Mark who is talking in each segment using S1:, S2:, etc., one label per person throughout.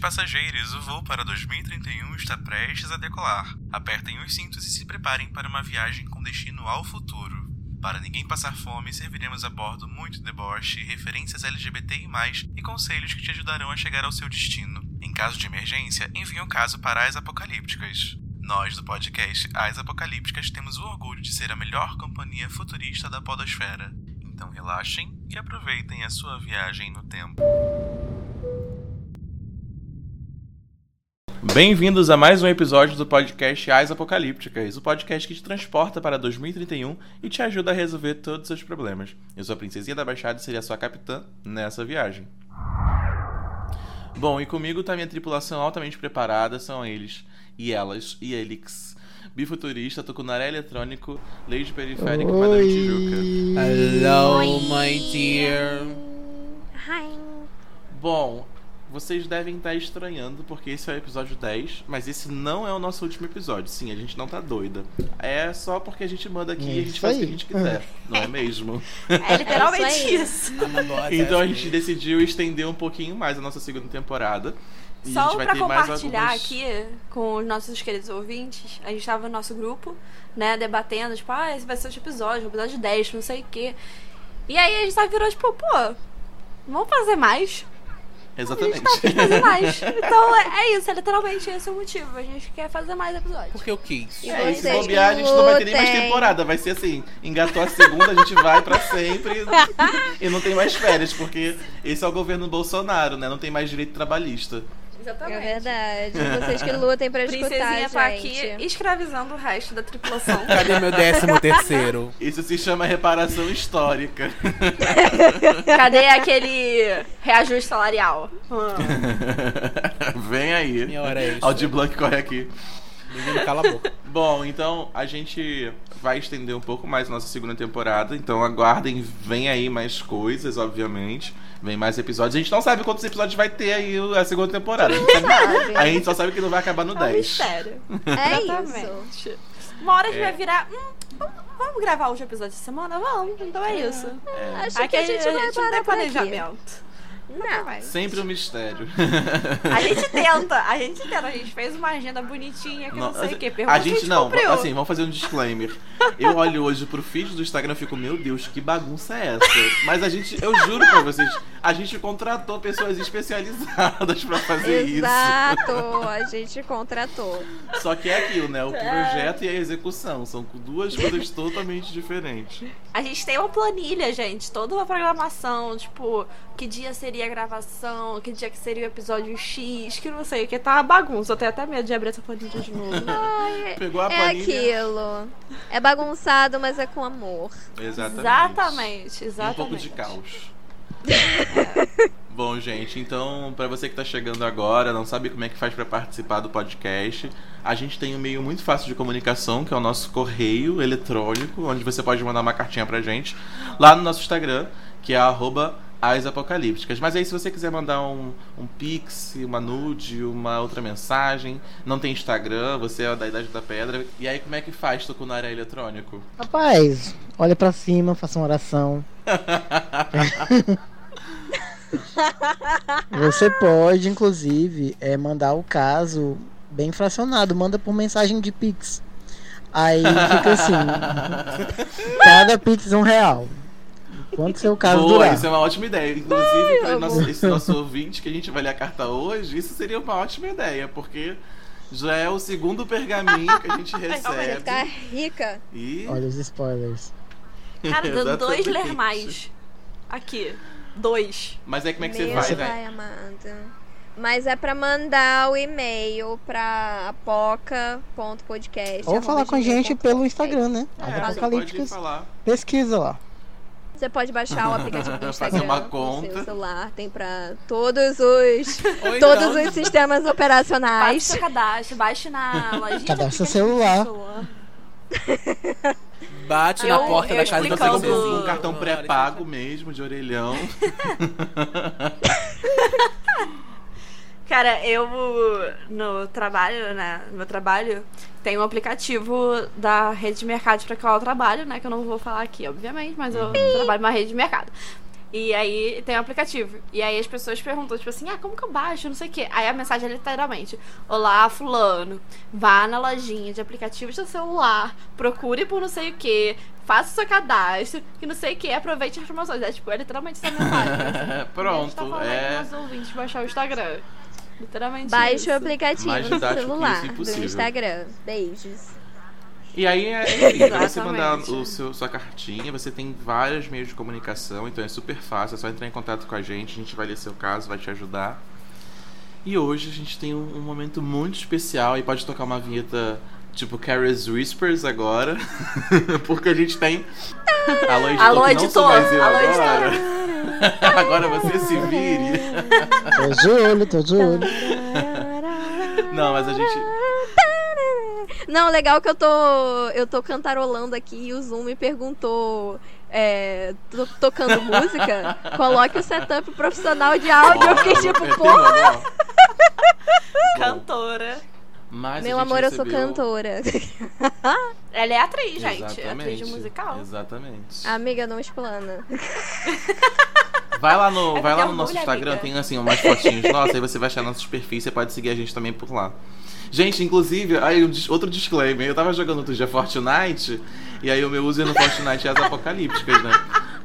S1: passageiros, o voo para 2031 está prestes a decolar. Apertem os cintos e se preparem para uma viagem com destino ao futuro. Para ninguém passar fome, serviremos a bordo muito deboche, referências LGBT e mais, e conselhos que te ajudarão a chegar ao seu destino. Em caso de emergência, envie um caso para as apocalípticas. Nós, do podcast As Apocalípticas, temos o orgulho de ser a melhor companhia futurista da podosfera. Então relaxem e aproveitem a sua viagem no tempo. Bem-vindos a mais um episódio do podcast As Apocalípticas, o podcast que te transporta para 2031 e te ajuda a resolver todos os seus problemas. Eu sou a Princesinha da Baixada e seria sua capitã nessa viagem. Bom, e comigo tá minha tripulação altamente preparada, são eles e elas e Elix. Bifuturista, Tucunaré Eletrônico, Lady Periférica, Madame Tijuca.
S2: Hello,
S3: Oi.
S2: my dear.
S3: Ai,
S1: Bom, vocês devem estar estranhando porque esse é o episódio 10, mas esse não é o nosso último episódio. Sim, a gente não tá doida. É só porque a gente manda aqui
S4: É
S1: e a gente
S4: isso
S1: faz o que a
S4: aí.
S1: gente quiser, não é mesmo?
S3: É
S2: literalmente
S3: literalmente
S2: isso.
S3: isso. é
S1: Então a
S3: assim.
S1: gente decidiu estender um pouquinho mais a nossa segunda temporada. E a
S3: Só
S1: gente vai
S3: pra
S1: ter mais
S3: compartilhar
S1: algumas-
S3: aqui com os nossos queridos ouvintes, a gente tava no nosso grupo, né, debatendo, tipo, ah, esse vai ser o episódio, o episódio 10, não sei o quê. E aí a gente só virou, tipo, pô, vamos fazer mais? Tá
S1: Exatamente.
S3: Fazer mais. então é, é isso, é literalmente esse o motivo. A gente quer fazer mais episódios.
S2: Porque eu quis.
S3: E
S1: É, e se
S3: Vocês
S1: bobear, a gente não vai ter nem mais
S4: lutem.
S1: temporada. Vai ser assim, engatou a segunda, a gente vai pra sempre e não tem mais férias, porque esse é o governo Bolsonaro, né? Não tem mais direito trabalhista.
S4: É
S3: Exatamente.
S4: verdade. Vocês que lutem pra escutar,
S3: Princesinha
S4: gente.
S3: tá aqui escravizando o resto da tripulação.
S2: Cadê meu décimo terceiro?
S1: Isso se chama reparação histórica.
S3: Cadê aquele reajuste salarial? Hum.
S1: Vem aí.
S2: Minha hora é isso.
S1: Audi Blanc corre aqui.
S2: Menino, cala a boca.
S1: Bom, então a gente vai estender um pouco mais nossa segunda temporada. Então aguardem, vem aí mais coisas, obviamente. Vem mais episódios. A gente não sabe quantos episódios vai ter aí a segunda temporada. A gente,
S4: Sabe?
S1: a gente só sabe que não vai acabar no
S3: É um
S1: 10.
S3: mistério.
S4: É isso.
S3: Exatamente. Uma hora a gente
S1: É.
S3: vai virar. "Hum, vamos, vamos gravar os episódios de semana? Vamos, então é isso.
S4: Acho que a gente vai
S3: não tem
S4: parar por aqui.
S3: planejamento.
S4: Não.
S1: Sempre um mistério.
S3: A gente tenta, a gente tenta. A gente fez uma agenda bonitinha que não, sei o que. Pergunta
S1: a
S3: que
S1: gente não,
S3: cumpriu.
S1: assim, vamos fazer um disclaimer. Eu olho hoje pro feed do Instagram e fico, meu Deus, que bagunça é essa? Mas a gente, eu juro pra vocês, a gente contratou pessoas especializadas pra fazer
S4: Exato. A gente contratou.
S1: isso. Só que é aquilo, né? O projeto e a execução são duas coisas totalmente diferentes.
S3: A gente tem uma planilha, gente, toda uma programação, tipo, que dia seria a gravação, que dia que seria o episódio X, que não sei o que, tá uma bagunça. Eu tenho até medo de abrir essa planilha de novo.
S1: Pegou a
S4: É
S1: Tá planilha.
S4: aquilo. É bagunçado, mas é com amor.
S1: Exatamente.
S3: exatamente,
S1: Um
S3: exatamente.
S1: pouco de caos. Bom, gente, então, pra você que tá chegando agora, não sabe como é que faz pra participar do podcast, a gente tem um meio muito fácil de comunicação, que é o nosso correio eletrônico, onde você pode mandar uma cartinha pra gente, lá no nosso Instagram, que é arroba asapocalípticas. Mas aí, se você quiser mandar um, um pix, uma nude, uma outra mensagem, não tem Instagram, você é da Idade da Pedra, e aí como é que faz, Tucunaré Eletrônico?
S5: Rapaz, olha pra cima, faça uma oração. Você pode, inclusive, é, mandar o caso bem fracionado. Manda por mensagem de Pix. Aí fica assim: cada Pix um real. Quanto seu caso
S1: Boa,
S5: durar?
S1: isso é uma ótima ideia. Inclusive, para
S4: eu
S1: nosso, esse nosso ouvinte que a gente vai ler a carta hoje, isso seria uma ótima ideia, porque já é o segundo pergaminho que a gente
S4: Você
S1: recebe.
S3: tá.
S4: ficar rica.
S1: E...
S5: Olha os spoilers.
S3: Cara, dando dois
S1: Exatamente.
S3: ler mais. Aqui. Dois.
S1: Mas aí como é que
S4: Meu
S1: você vai, né?
S4: pai amado. Mas é pra mandar o e-mail pra apoca.podcast.
S5: Ou falar com a gente pelo Instagram, né? As
S1: É, você pode
S5: Apocalípticas.
S1: falar.
S5: Pesquisa lá.
S4: Você pode baixar o aplicativo do
S1: Fazer
S4: Instagram.
S1: uma
S4: no
S1: conta.
S4: seu celular. Tem pra todos os,
S2: Ou
S4: todos
S2: então,
S4: os sistemas
S3: Baixe seu
S4: operacionais.
S3: cadastro, baixe na lojinha.
S5: Cadastra
S3: do aplicativo
S5: celular.
S3: do celular.
S2: Bate na
S3: Eu-
S2: porta
S3: eu
S2: da casa
S1: Você
S2: de
S3: explicando-
S2: vocês.
S1: comprou
S3: Sim.
S1: um cartão pré-pago mesmo, de orelhão.
S3: Cara, eu no trabalho, né? No meu trabalho, tem um aplicativo da rede de mercado pra qual eu trabalho, né? Que eu não vou falar aqui, obviamente, mas eu trabalho numa rede de mercado. E aí tem um aplicativo. E aí as pessoas perguntam, tipo assim, ah, como que eu baixo? Não sei o quê. Aí a mensagem é literalmente: Olá, fulano, vá na lojinha de aplicativos do celular, procure por não sei o quê, faça seu cadastro, que não sei o quê, aproveite as informações. É tipo, é literalmente essa mensagem. A gente tá
S1: Pronto,
S3: falando aí
S1: é
S3: pros ouvintes baixar o Instagram. Literalmente.
S4: Baixa
S3: isso.
S4: o aplicativo
S1: Mais
S4: do
S1: didático que
S4: celular,
S1: isso, é
S4: do
S1: impossível.
S4: Instagram. Beijos.
S1: E aí é incrível, você
S3: Exatamente.
S1: mandar o seu, sua cartinha, você tem vários meios de comunicação, então é super fácil, é só entrar em contato com a gente, a gente vai ler seu caso, vai te ajudar. E hoje a gente tem um, um momento muito especial e pode tocar uma vinheta tipo Carrie's Whispers agora, porque a gente tem Alô editor,
S3: Alô,
S1: que não sou
S3: editor.
S1: mais eu
S3: Alô,
S1: agora. agora você se vire.
S5: Tô de olho, tô de olho.
S1: Não, mas a gente
S4: Não, legal é que eu tô. Eu tô cantarolando aqui e o Zoom me perguntou. é, tô tocando música, coloque o setup profissional de áudio. Eu fiquei tipo, pô,
S1: porra.
S3: Cantora.
S1: Mas a
S4: meu
S1: gente
S4: amor, eu sou
S1: recebeu-
S4: cantora.
S3: Ela é atriz, gente. Atriz
S1: Exatamente.
S3: de musical. Ah,
S1: Exatamente.
S4: Amiga, não explana.
S1: Vai lá no,
S3: É
S1: vai lá
S3: porque
S1: no nosso
S3: orgulho,
S1: Instagram,
S3: amiga.
S1: tem assim umas fotinhas nossas, aí você vai achar nossos perfis, você pode seguir a gente também por lá. Gente, inclusive, aí um dis- outro disclaimer, eu tava jogando outro dia Fortnite, e aí o meu user no Fortnite é as apocalípticas, né?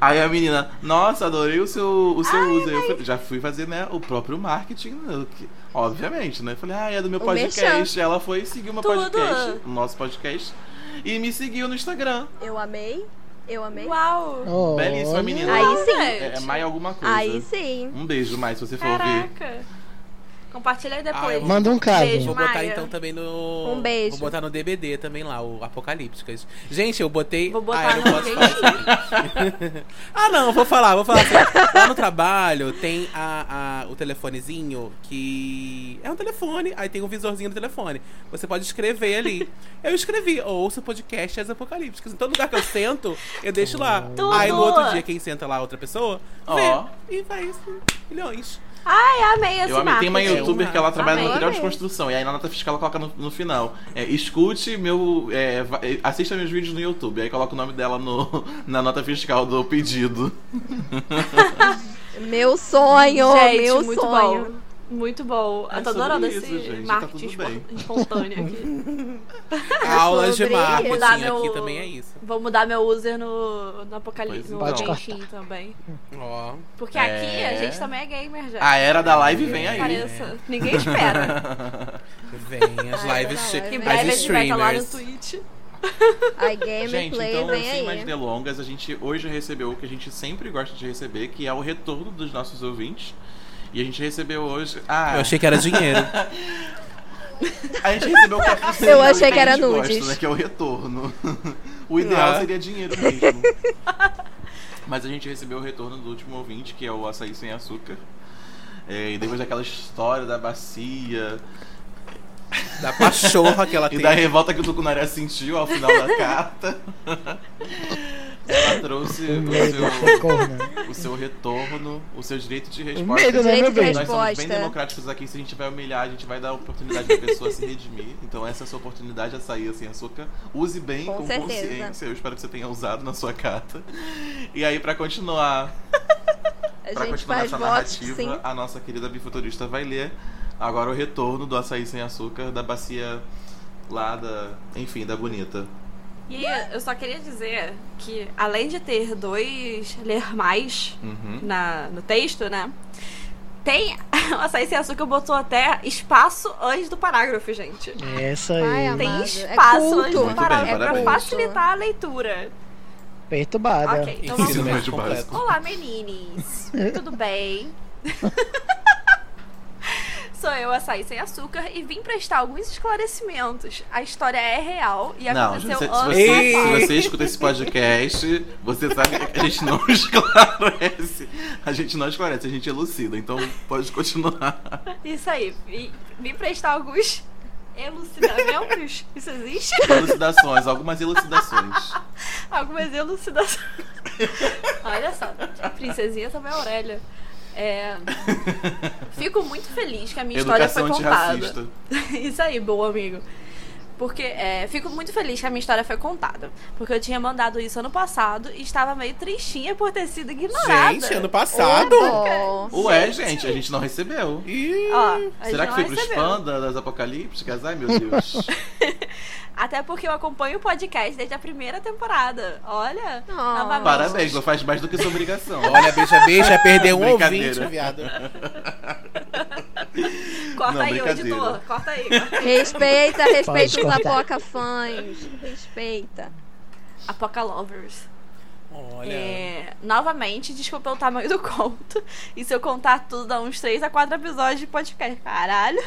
S1: Aí a menina, nossa, adorei o seu, o seu
S3: Ah,
S1: user. Eu falei- já fui fazer, né, o próprio marketing, né, que- obviamente, né? Falei, ah, é do meu
S4: O
S1: podcast. Ela foi seguir o meu
S3: Tudo.
S1: podcast, o nosso podcast, e me seguiu no Instagram.
S4: Eu amei, eu amei.
S3: Uau!
S5: Olha.
S1: Belíssima menina.
S4: Aí sim.
S1: É, é
S3: gente.
S1: mais alguma coisa.
S4: Aí sim.
S1: Um beijo, mais se você for ouvir.
S3: Caraca. Compartilha aí depois.
S2: Ah, eu vou-
S5: Manda um caso.
S3: Beijo.
S2: Vou botar
S3: Maia.
S2: então também no.
S4: Um beijo.
S2: Vou botar no DBD também lá, o Apocalípticas. Gente, eu botei.
S3: Vou botar
S2: ah, eu não
S3: no
S2: posso falar isso aqui. ah, não, vou falar, vou falar assim. Lá no trabalho tem a, a- o telefonezinho que. É um telefone, aí tem um visorzinho do telefone. Você pode escrever ali. Eu escrevi, ouço podcast As Apocalípticas. Em todo lugar que eu sento, eu deixo lá.
S3: Tudo!
S2: Aí no outro dia, quem senta lá, outra pessoa,
S1: Ó.
S2: vê e vai assim, milhões.
S3: Ai, amei esse
S1: Eu amei. Tem uma
S3: marketing.
S1: youtuber que ela trabalha no
S3: Amei.
S1: material de construção. E aí na nota fiscal ela coloca no, no final. É, escute meu. é, va- é, assista meus vídeos no YouTube. Aí coloca o nome dela no, na nota fiscal do pedido.
S4: Meu sonho,
S3: Gente,
S4: meu
S3: muito
S4: sonho.
S3: bom. Muito bom.
S1: É
S3: eu tô
S1: sobre
S3: adorando
S1: isso,
S3: esse
S1: gente, tá
S3: marketing
S1: tudo bem.
S3: espon- espontâneo aqui. Tá,
S2: Aulas de
S4: Sobre isso.
S2: marketing
S3: Mudar meu-
S2: aqui também é isso.
S3: Vou mudar meu user no, no Apocalipse,
S1: Pois
S3: no
S5: então.
S3: Genshin também.
S2: Ó.
S3: Porque
S1: É.
S3: aqui a gente também é gamer já.
S1: A era da live vem aí.
S3: Pareça. Ninguém espera.
S2: Vem as
S4: Ai,
S2: lives
S4: tá
S2: che-
S4: lá,
S3: Que
S4: As
S3: em breve a
S2: as
S3: gente vai estar lá no
S2: streamers.
S3: Twitch.
S4: Aí
S1: Gente,
S4: gameplay
S1: então,
S4: vem
S1: sem
S4: aí.
S1: mais delongas, a gente hoje recebeu o que a gente sempre gosta de receber, que é o retorno dos nossos ouvintes. E a gente recebeu hoje. Ah,
S2: Eu achei que era dinheiro.
S1: a gente recebeu o que a
S4: Eu achei que era
S1: gente gosta,
S4: nudes.
S1: né, que é o retorno. O ideal
S2: Ah.
S1: seria dinheiro mesmo. É. Mas a gente recebeu o retorno do último ouvinte, que é o açaí sem açúcar. É, e depois daquela história da bacia
S2: Da pachorra que ela
S1: e
S2: tem.
S1: da revolta que o Tucunaré sentiu ao final da carta, ela trouxe
S5: O
S1: o
S5: medo,
S1: seu,
S5: essa corna.
S1: o seu retorno, o seu direito de resposta.
S5: medo, né?
S4: Direito de
S5: Nós
S1: Nós somos é bem
S4: resposta.
S1: democráticos aqui, se a gente vai humilhar, a gente vai dar a oportunidade da pessoa se redimir. Então essa é a sua oportunidade a sair assim, açúcar. Use bem com,
S4: Com certeza.
S1: consciência. Eu espero que você tenha usado na sua carta. E aí, pra continuar,
S4: A
S1: pra
S4: gente
S1: continuar
S4: faz
S1: essa
S4: votos,
S1: narrativa,
S4: sim.
S1: a nossa querida bifuturista vai ler agora o retorno do açaí sem açúcar da bacia lá da, enfim, da bonita.
S3: E eu só queria dizer que, além de ter dois ler mais
S1: Uhum.
S3: na, no texto, né? Tem. O açaí sem açúcar botou até espaço antes do parágrafo, gente.
S5: Essa
S4: Ai,
S5: aí,
S4: amor.
S3: Tem
S4: Amado, é
S3: espaço
S4: culto.
S3: antes do
S1: Muito
S3: parágrafo.
S1: bem,
S3: É pra
S1: parabéns.
S3: facilitar a leitura.
S5: perturbada.
S3: Ok, então vamos
S2: Ensino
S1: Ensino
S3: lá.
S2: médio
S1: médio
S2: completo.
S3: Olá, meninos. Tudo bem? Sou eu, Açaí Sem Açúcar, e vim prestar alguns esclarecimentos. A história é real e
S1: Não, gente, se,
S3: aconteceu
S1: se
S3: anos
S1: você, se
S3: atrás.
S1: você escuta esse podcast, você sabe que a gente não esclarece. A gente não esclarece, a gente elucida. Então pode continuar.
S3: Isso aí. Vim, vim prestar alguns elucidamentos. Isso existe?
S1: Elucidações, algumas elucidações.
S3: Algumas elucidações. Olha só, princesinha também é Aurélia. É, Fico muito feliz que a minha história
S1: Educação
S3: foi contada.
S1: antirracista.
S3: Isso aí, bom amigo. Porque é, fico muito feliz que a minha história foi contada. Porque eu tinha mandado isso ano passado e estava meio tristinha por ter sido ignorada.
S2: Gente, ano
S3: é
S2: passado.
S4: Ó,
S1: Ué, gente, a gente não recebeu.
S2: Ih,
S3: Ó, a
S1: Será que
S3: gente não
S1: foi pro
S3: recebeu.
S1: spam da- das apocalípticas? Ai, meu Deus.
S3: Até porque eu acompanho o podcast desde a primeira temporada. Olha,
S4: Oh.
S3: novamente.
S1: Parabéns, não faz mais do que sua obrigação.
S2: Olha, beija, beija, perdeu um
S1: Brincadeira.
S2: ouvinte, viado.
S3: Corta
S1: Não,
S3: aí, ô
S1: brincadeira.
S3: editor. Corta aí.
S4: Respeita, respeita os
S5: cortar.
S4: apoca fãs. Respeita.
S3: Apoca Lovers.
S2: Olha.
S3: É, novamente, desculpa o tamanho do conto. E se eu contar tudo, dá uns 3 a 4 episódios de podcast. Caralho.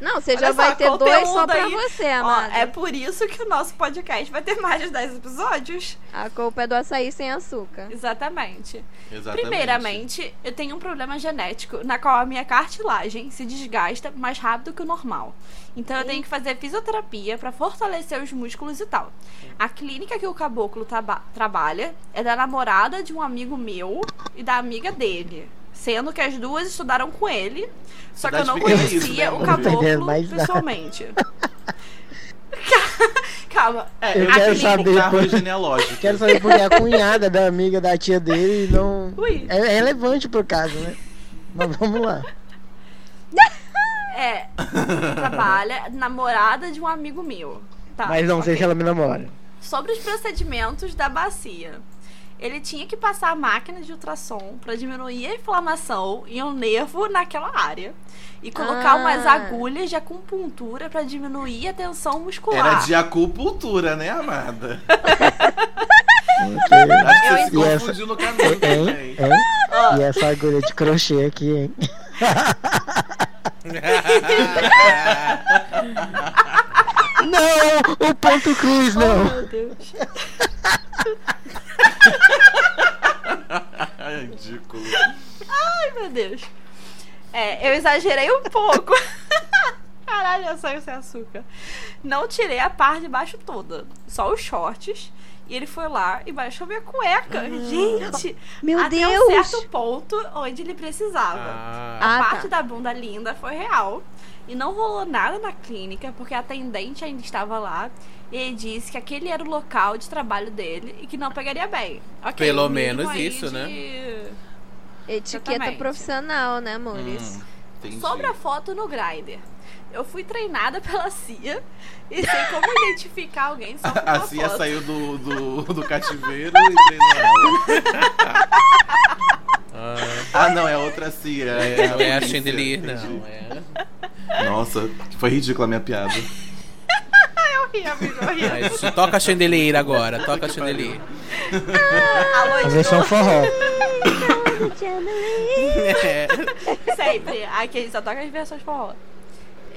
S4: Não, você já
S3: Olha só,
S4: vai ter dois só
S3: conteúdo
S4: pra
S3: aí.
S4: você,
S3: Ó,
S4: amada.
S3: é por isso que o nosso podcast vai ter mais de 10 episódios.
S4: A culpa é do açaí sem açúcar.
S3: Exatamente.
S1: Exatamente.
S3: Primeiramente, eu tenho um problema genético na qual a minha cartilagem se desgasta mais rápido que o normal. Então eu tenho que fazer fisioterapia pra fortalecer os músculos e tal. A clínica que o caboclo traba- trabalha é da namorada de um amigo meu e da amiga dele. Sendo que as duas estudaram com ele, só que eu não
S1: Cidade pequena é isso, né,
S3: conhecia o
S1: amor?
S5: Entendendo
S3: caboclo
S5: mais nada.
S3: pessoalmente. Calma.
S1: É,
S5: Eu
S1: eu
S5: quero
S1: quero
S5: saber
S1: um árvore
S5: quando-
S1: genealógica.
S5: Quero saber porque a cunhada da amiga da tia dele não.
S3: Ui.
S5: É, é relevante por caso, né? Mas vamos lá.
S3: É, trabalha namorada de um amigo meu. Tá,
S5: Mas não sei
S3: ok.
S5: se ela me namora.
S3: sobre os procedimentos da bacia. Ele tinha que passar a máquina de ultrassom para diminuir a inflamação e o nervo naquela área e colocar
S4: Ah.
S3: umas agulhas de acupuntura para diminuir a tensão muscular.
S1: Era de acupuntura, né, amada?
S5: Ok.
S1: Acho que você se
S5: Eu entendo.
S1: confundiu no caminho,
S5: Hein?
S1: gente.
S5: Hein? E essa agulha de crochê aqui, hein? Não! O ponto cruz, não!
S3: Meu Deus.
S1: Ai, ridículo.
S3: Ai, meu Deus. É, eu exagerei um pouco. Caralho, eu saio sem açúcar. Não tirei a parte de baixo toda, só os shorts. E ele foi lá e baixou minha cueca. Gente,
S4: Meu
S3: até
S4: Deus!
S3: um certo ponto onde ele precisava.
S2: Ah,
S4: Ah,
S3: a
S4: tá.
S3: parte da bunda linda foi real. E não rolou nada na clínica, porque a atendente ainda estava lá. E ele disse que aquele era o local de trabalho dele e que não pegaria bem. Ok,
S2: Pelo
S3: um mínimo
S2: menos
S3: aí
S2: isso,
S3: de-
S4: Etiqueta
S3: Exatamente.
S4: profissional, né, amores?
S1: Hum, entendi.
S3: Sobre a foto no Grindr. Eu fui treinada pela CIA e sei como identificar alguém só por uma
S1: A Cia
S3: foto.
S1: saiu do, do, do cativeiro e treinou
S2: ah,
S1: Ah, não, é outra Cia. É,
S2: não é a
S1: Alicia,
S2: chandelier,
S1: entendi.
S2: não. É...
S1: Nossa, foi ridícula a minha piada.
S3: Eu ri, amigo, eu ri.
S2: Mas toca a chandelier agora, toca a
S1: que
S2: chandelier.
S3: Alô,
S5: A versão
S3: editor.
S5: um forró.
S2: É.
S3: Sempre. Aqui a gente só toca as versões forró.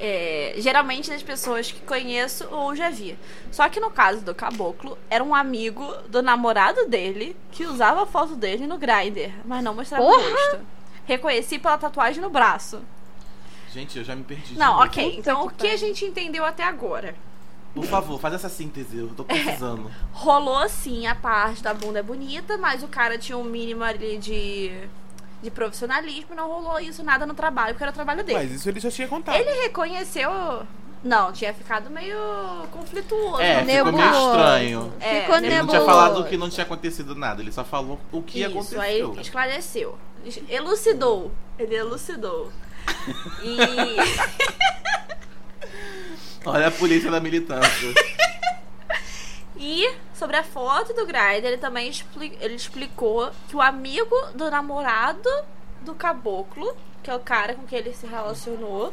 S3: É, geralmente das pessoas que conheço ou já vi. Só que no caso do caboclo, era um amigo do namorado dele que usava a foto dele no grinder, mas não mostrava o
S4: Porra!
S3: rosto. Reconheci pela tatuagem no braço.
S1: Gente, eu já me perdi. de
S3: Não,
S1: novo.
S3: ok.
S4: Puta
S3: Então
S4: que
S3: o que
S4: pariu.
S3: a gente entendeu até agora?
S1: Por favor, faz essa síntese, eu tô precisando.
S3: Rolou sim a parte da bunda é bonita, mas o cara tinha um mínimo ali de, de profissionalismo. Não rolou isso nada no trabalho, porque era o trabalho dele.
S2: Mas isso ele já tinha contado.
S3: Ele reconheceu. Não, tinha ficado meio conflituoso.
S1: É, ficou meio
S4: Nebuloso.
S1: estranho.
S3: É,
S4: Ficou
S1: Ele não
S4: nebuloso.
S1: tinha falado que não tinha acontecido nada, ele só falou o que
S3: Isso, aí
S1: aconteceu.
S3: esclareceu. Elucidou. Ele elucidou. E
S1: Olha a polícia da militância.
S3: E sobre a foto do Grindr, ele também expli- ele explicou que o amigo do namorado do caboclo, que é o cara com quem ele se relacionou,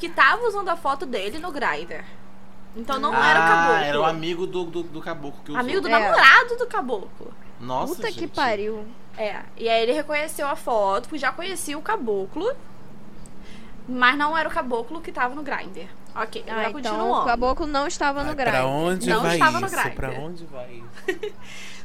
S3: que tava usando a foto dele no Grindr. Então não era o caboclo.
S1: Ah, Era o amigo do, do, do caboclo que usou.
S3: Amigo do
S4: É.
S3: namorado do caboclo.
S1: Nossa,
S4: Puta que
S1: gente.
S4: pariu.
S3: É. E aí ele reconheceu a foto, porque já conhecia o caboclo, mas não era o caboclo que tava no Grindr. Ok,
S4: Ah,
S3: agora
S4: então
S3: continuando.
S4: o caboclo não estava no
S2: Ai,
S4: grau.
S2: pra onde
S3: Não
S2: vai
S3: estava no
S2: isso?
S3: Grindr.
S2: Pra onde vai isso?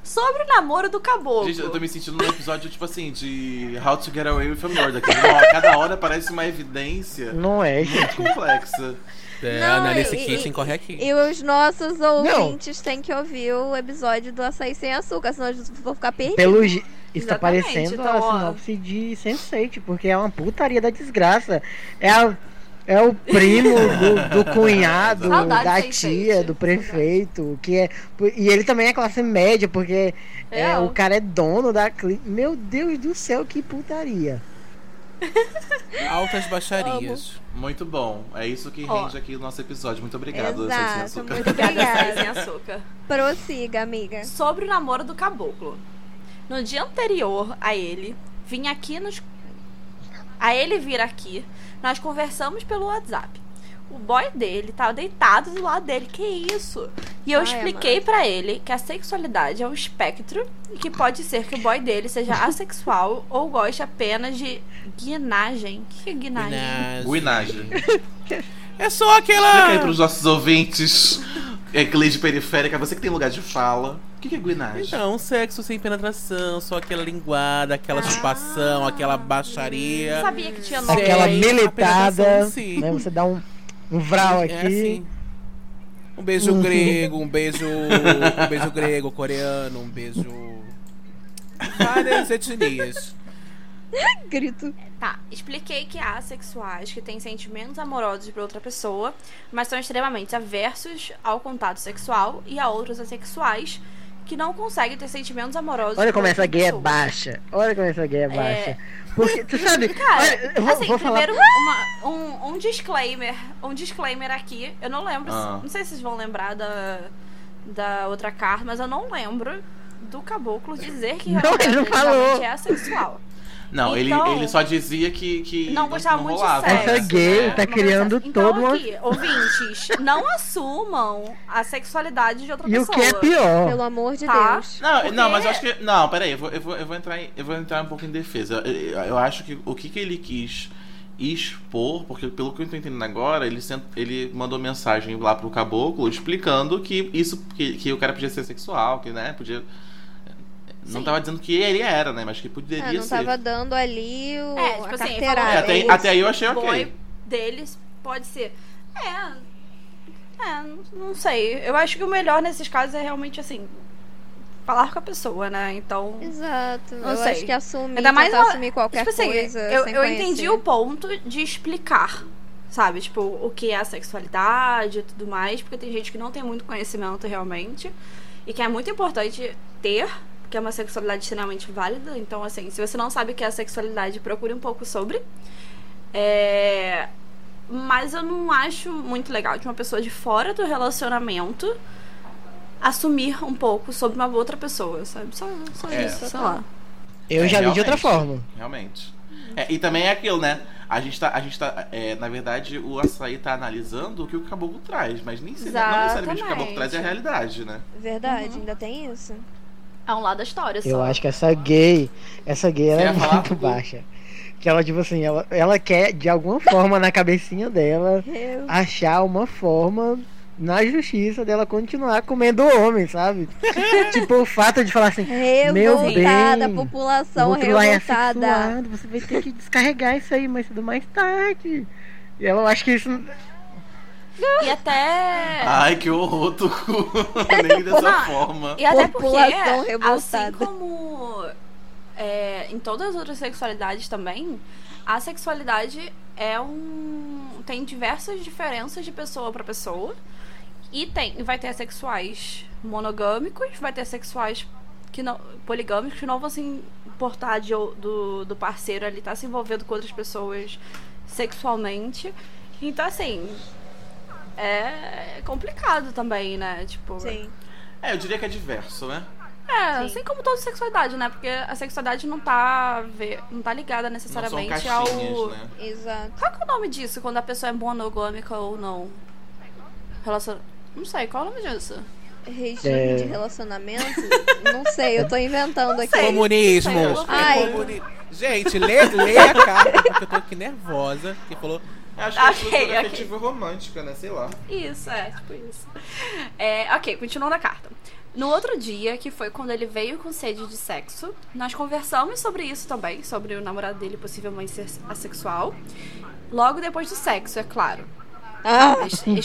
S3: Sobre o namoro do caboclo.
S1: Gente, eu tô me sentindo num episódio, tipo assim, de How to Get Away with a Murder. Que ó, cada hora parece uma evidência
S5: Não é.
S1: muito complexa.
S2: É,
S4: Não,
S2: Annalise
S4: e-
S2: Kitchen
S4: e-
S2: corre aqui.
S4: E os nossos ouvintes têm que ouvir o episódio do açaí sem açúcar, senão eles vão ficar perdidos.
S5: Pelo gi- Está
S3: Exatamente,
S5: parecendo
S3: então,
S5: a
S3: ó.
S5: sinopse de Sense8, porque é uma putaria da desgraça. É a É o primo do, do cunhado,
S3: Saudades,
S5: da
S3: hein,
S5: tia,
S3: gente?
S5: do prefeito, que é. E ele também é classe média, porque é,
S3: Real.
S5: o cara é dono da clínica. Meu Deus do céu, que putaria.
S2: Altas baixarias.
S1: Muito bom. É isso que
S3: Ó.
S1: rende aqui o nosso episódio. Muito obrigado, Açaí Sem
S4: Exato,
S1: Açúcar.
S4: muito
S3: Obrigada,
S4: obrigada.
S3: Açaí sem açúcar.
S4: Prossiga, amiga.
S3: Sobre o namoro do caboclo. No dia anterior a ele, vim aqui nos. A ele vir aqui, nós conversamos pelo WhatsApp. O boy dele tava deitado do lado dele. Que isso? E eu
S4: Ai,
S3: expliquei pra ele que a sexualidade é um espectro e que pode ser que o boy dele seja assexual ou goste apenas de guinagem. Que é guinagem?
S2: Guinagem.
S1: Guinagem.
S2: É só
S1: Explica aí
S2: aquela.
S1: pros nossos ouvintes. Eclide periférica, você que tem lugar de fala. O que que é guinagem?
S2: Então, sexo sem penetração, só aquela linguada, aquela
S3: Ah.
S2: chupação, aquela
S3: Eu
S2: baixaria.
S3: sabia que tinha nome.
S5: Aquela
S2: aí,
S5: militada.
S2: apresentação, sim.
S5: Né? Você dá um, um vral aqui. Uhum.
S2: É assim. Um beijo grego, um beijo. Um beijo grego, coreano, um beijo. Várias etnias.
S4: Grito.
S3: Tá, expliquei que há sexuais que têm sentimentos amorosos por outra pessoa, mas são extremamente aversos ao contato sexual e a outros assexuais que não conseguem ter sentimentos amorosos
S5: Olha
S3: por
S5: como essa
S3: outra
S5: gay é
S3: pessoa.
S5: baixa. Olha como essa gay é baixa. Porque, tu sabe, olha,
S3: Cara,
S5: eu vou,
S3: assim,
S5: vou falar.
S3: primeiro uma- um, um disclaimer, um disclaimer aqui, eu não lembro, se-
S1: Ah.
S3: não sei se vocês vão lembrar da, da outra carta, mas eu não lembro do caboclo dizer que
S5: Não,
S3: realmente
S5: ele não falou.
S3: realmente é assexual.
S1: Não, ele,
S3: Então-
S1: ele só dizia que. que
S3: Não gostava muito de
S1: rolava.
S3: sexo.
S5: Essa gay tá
S3: Uma coisa
S5: criando
S3: assim. então,
S5: todo um-
S3: aqui, ouvintes, não assumam a sexualidade de outra
S5: E o
S3: pessoa.
S5: que é pior?
S4: Pelo amor de
S3: Tá.
S4: Deus.
S1: Não,
S3: Porque-
S1: não, mas eu acho que. Não, peraí, eu vou, eu vou, eu vou, entrar, em- eu vou entrar um pouco em defesa. Eu, eu- eu acho que o que, que ele quis expor, porque pelo que eu tô entendendo agora, ele, sent- ele mandou mensagem lá pro caboclo explicando que isso. que, que o cara podia ser sexual, que, né? Podia. Não
S3: Sim.
S1: tava dizendo que ele era, né? Mas que
S4: Ah,
S1: poderia
S4: não
S1: ser.
S4: tava dando ali o,
S3: É, tipo
S4: a
S3: assim,
S4: carteirada.
S1: É, até,
S4: Ele-
S3: isso.
S1: até aí eu achei
S3: O
S1: ok.
S3: boy deles pode ser. É. É, não sei. Eu acho que o melhor nesses casos é realmente assim. Falar com a pessoa, né? Então.
S4: Exato.
S3: Não
S4: eu
S3: sei.
S4: acho que assumir,
S3: Ainda mais
S4: tentar
S3: uma-
S4: assumir qualquer
S3: tipo assim,
S4: coisa.
S3: eu,
S4: sem
S3: eu entendi
S4: conhecer.
S3: o ponto de explicar, sabe? Tipo, o que é a sexualidade e tudo mais, porque tem gente que não tem muito conhecimento realmente e que é muito importante ter, porque é uma sexualidade extremamente válida. Então, assim, se você não sabe o que é a sexualidade, procure um pouco sobre. É, Mas eu não acho muito legal de uma pessoa de fora do relacionamento assumir um pouco sobre uma outra pessoa, sabe? Só, só
S1: É.
S3: isso, sei lá.
S5: Eu
S1: É,
S5: já vi de outra
S1: realmente.
S5: forma.
S1: Realmente. É, e também é aquilo, né? A gente tá. A gente tá é, na verdade, o açaí tá analisando o que o caboclo traz, mas nem se, não necessariamente o que o caboclo
S3: Exatamente.
S1: traz é a realidade, né?
S3: Uhum.
S4: Verdade, ainda tem isso.
S3: É um lado da história, só.
S5: Eu acho que essa gay, essa gay ela
S1: Você
S5: é
S1: ia falar?
S5: muito baixa. Que ela, tipo assim, ela, ela quer, de alguma forma, na cabecinha dela,
S4: Eu...
S5: achar uma forma na justiça dela continuar comendo homem, sabe? tipo, o fato de falar assim,
S4: Revoltada,
S5: bem, o
S4: população
S5: outro lá é
S4: revoltada.
S5: assexuado, você vai ter que descarregar isso aí mais cedo ou mais tarde. E ela, eu acho que isso... né,
S3: E até.
S1: Ai, que horror, Tucu. nem dessa
S3: É. Não,
S1: forma.
S3: E até
S4: População
S3: porque, assim
S4: revoltada.
S3: como é, em todas as outras sexualidades também, a sexualidade é um. tem diversas diferenças de pessoa pra pessoa. E tem, vai ter sexuais monogâmicos, vai ter sexuais que não, poligâmicos que não vão se importar de ou- do, do parceiro ali, tá se envolvendo com outras pessoas sexualmente. Então, assim, é complicado também, né? Tipo,
S4: Sim.
S1: É, eu diria que é diverso, né?
S3: é,
S4: Sim.
S3: assim como toda sexualidade, né? Porque a sexualidade não tá, ve- não tá ligada
S1: Não são
S3: necessariamente ao.
S1: caixinhas, né?
S4: Exato.
S3: Qual que é o nome disso quando a pessoa é monogâmica ou não? Relacion... Não sei, qual é o nome disso?
S4: Regime
S5: É.
S4: de relacionamento? Não sei, eu tô inventando aqui.
S3: sei.
S2: Comunismo!
S3: É
S2: É
S3: Isso aí,
S4: Ai.
S2: Comuni- Gente, lê, lê a carta, porque eu tô aqui nervosa. Que falou.
S1: Eu acho que
S3: Ok,
S1: é cultura
S3: ok.
S1: afetiva romântica, né? Sei lá.
S3: Isso, é, tipo isso. É, ok, continuando a carta. No outro dia, que foi quando ele veio com sede de sexo, nós conversamos sobre isso também, sobre o namorado dele possivelmente ser assexual. Logo depois do sexo, é claro.
S4: Ah,
S3: Eles- eles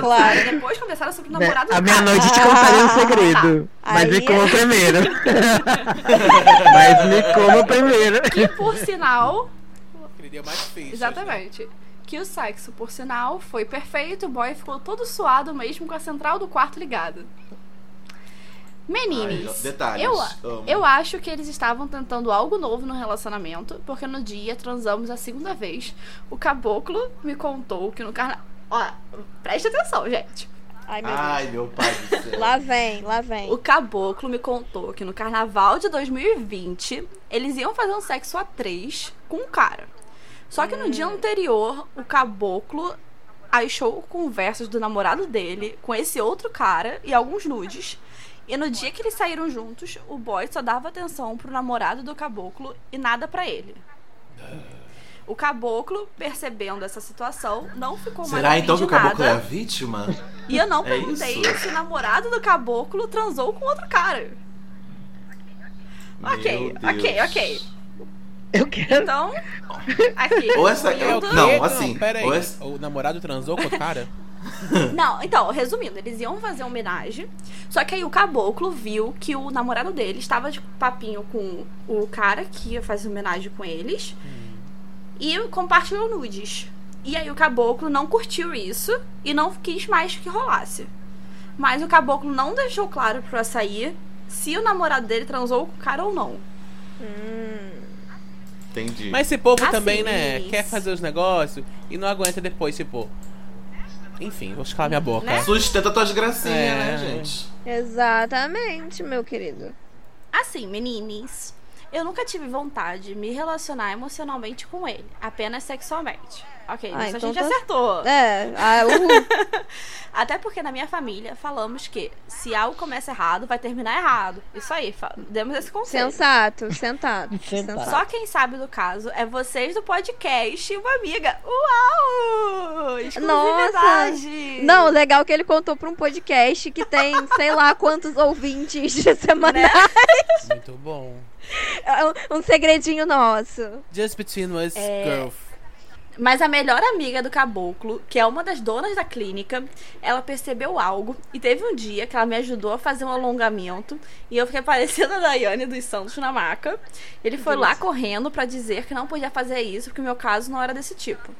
S5: Claro.
S3: claro. Depois conversaram sobre o
S5: né,
S3: namorado
S5: a
S3: do
S5: minha
S3: cara.
S5: noite te contarei um segredo. mas
S4: Aí
S5: me
S4: é-
S5: coma primeiro. mas me coma primeiro.
S3: Por sinal,
S2: Queria mais assim. ficha.
S1: é
S3: Exatamente. que o sexo, por sinal, foi perfeito, o boy ficou todo suado mesmo com a central do quarto ligada. Meninos,
S1: Ai, detalhes.
S3: eu,
S1: amo.
S3: eu acho que eles estavam tentando algo novo no relacionamento, porque no dia transamos a segunda vez. O caboclo me contou que no carnaval. Ó, preste atenção, gente. É
S4: Ai, meu
S1: Ai, meu pai do
S4: Deus.
S1: céu.
S4: Lá vem, lá vem.
S3: Ah. O caboclo me contou que no carnaval de 2020 eles iam fazer um sexo a três com um cara. Só que no dia anterior, o caboclo achou conversas do namorado dele com esse outro cara e alguns nudes. E no dia que eles saíram juntos, o boy só dava atenção pro namorado do caboclo e nada pra ele. O caboclo, percebendo essa situação, não ficou mais
S1: Será
S3: afim
S1: então
S3: de
S1: que o caboclo
S3: nada.
S1: é a vítima?
S3: E eu não
S1: É
S3: perguntei
S1: isso?
S3: se o namorado do caboclo transou com outro cara. Ok,
S1: Meu
S3: ok,
S1: Deus.
S3: ok.
S5: Eu quero.
S3: Então, aqui.
S1: Ou essa-
S2: É o
S3: resumindo-
S2: quê?
S1: Não, assim,
S2: pera aí.
S1: ou essa-
S2: O namorado transou com o cara?
S3: Não, então, resumindo, eles iam fazer uma homenagem. Só que aí o caboclo viu que o namorado dele estava de papinho com o cara que ia fazer homenagem com eles.
S1: Hum.
S3: E compartilhou nudes. E aí o caboclo não curtiu isso e não quis mais que rolasse. Mas o caboclo não deixou claro pro açaí se o namorado dele transou com o cara ou não.
S1: Entendi.
S2: Mas esse povo
S3: Assim,
S2: também, né,
S3: isso.
S2: quer fazer os negócios e não aguenta depois, tipo. Enfim, vou escalar minha boca.
S3: Né?
S1: Sustenta tuas gracinhas,
S2: É.
S1: né, gente?
S4: Exatamente, meu querido.
S3: Assim, meninis, eu nunca tive vontade de me relacionar emocionalmente com ele, apenas sexualmente. Ok,
S4: Ah,
S3: isso
S4: então
S3: a gente
S4: tá-
S3: acertou.
S4: É, ah, uhul.
S3: Até porque na minha família falamos que se algo começa errado, vai terminar errado. Isso aí, fa- demos esse conselho.
S4: sensato, sentado.
S5: Sentado.
S4: sentado.
S3: Só quem sabe do caso é vocês do podcast e uma amiga. Uau! Exclusividade!
S4: Não, legal que ele contou pra um podcast que tem sei lá quantos ouvintes de semana.
S3: Né?
S2: Muito bom.
S4: É um- um segredinho nosso.
S2: Just between us,
S4: É.
S2: girl.
S3: Mas a melhor amiga do caboclo, que é uma das donas da clínica, ela percebeu algo e teve um dia que ela me ajudou a fazer um alongamento e eu fiquei parecendo a Daiane dos Santos na maca. Ele foi lá correndo pra dizer que não podia fazer isso porque o meu caso não era desse tipo.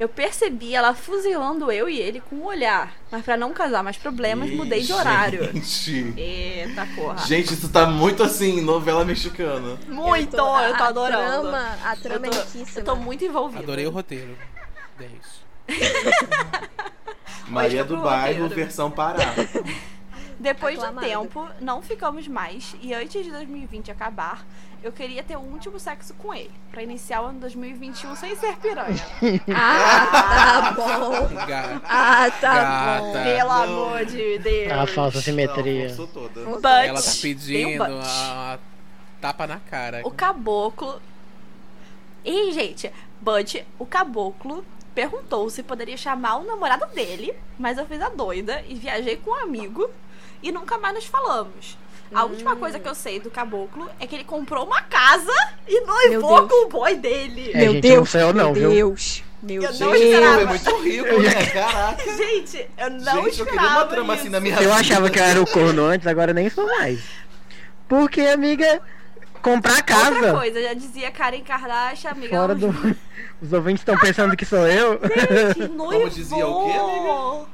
S3: Eu percebi ela fuzilando eu e ele com o olhar, mas pra não causar mais problemas,
S1: Ih,
S3: mudei de horário.
S1: Gente.
S3: Eita porra.
S1: Gente, isso tá muito assim, novela mexicana.
S3: Muito, eu tô, Ah,
S4: a- a
S3: adorando.
S4: Trama, a trama
S3: eu,
S4: é
S3: tô,
S4: riquíssima.
S3: eu tô muito envolvida.
S2: Adorei o roteiro. É isso.
S1: Maria do
S3: pro
S1: Bairro,
S3: roteiro.
S1: versão Pará.
S3: Depois de um
S4: Aclamado.
S3: tempo, não ficamos mais e antes de 2020 acabar, eu queria ter o último sexo com ele, pra iniciar o ano 2021 sem ser piranha.
S4: Ah, tá bom.
S2: Gata.
S4: Ah, tá bom.
S2: Gata.
S3: Pelo
S1: não.
S3: amor de Deus.
S5: A falsa
S1: Não,
S5: simetria.
S1: forçou toda.
S3: But,
S2: Ela tá
S3: tem
S2: pedindo
S3: um but.
S2: a, a tapa na cara.
S3: O caboclo. Ih, gente, Bud, o caboclo perguntou se poderia chamar o namorado dele, mas eu fiz a doida e viajei com um amigo e nunca mais nos falamos. A última coisa que eu sei do caboclo é que ele comprou uma casa e noivou
S4: Deus.
S3: com o boy dele.
S5: É, gente, não sou eu não, viu?
S4: meu Deus, meu
S3: Eu
S4: Deus.
S3: não
S1: Gente,
S3: esperava.
S1: é muito rico, né? Caraca.
S3: Gente, eu não
S1: gente, eu
S3: esperava
S1: queria uma trama
S3: isso.
S1: assim na minha
S5: Eu
S1: vida.
S5: achava que eu era o corno antes, agora nem sou mais. Porque, amiga, comprar
S3: Outra
S5: casa
S3: coisa, já dizia Karen Kardashian, amiga.
S5: fora do. Os ouvintes estão pensando que sou eu.
S3: Que noivou.
S1: Como dizia o quê, amiga?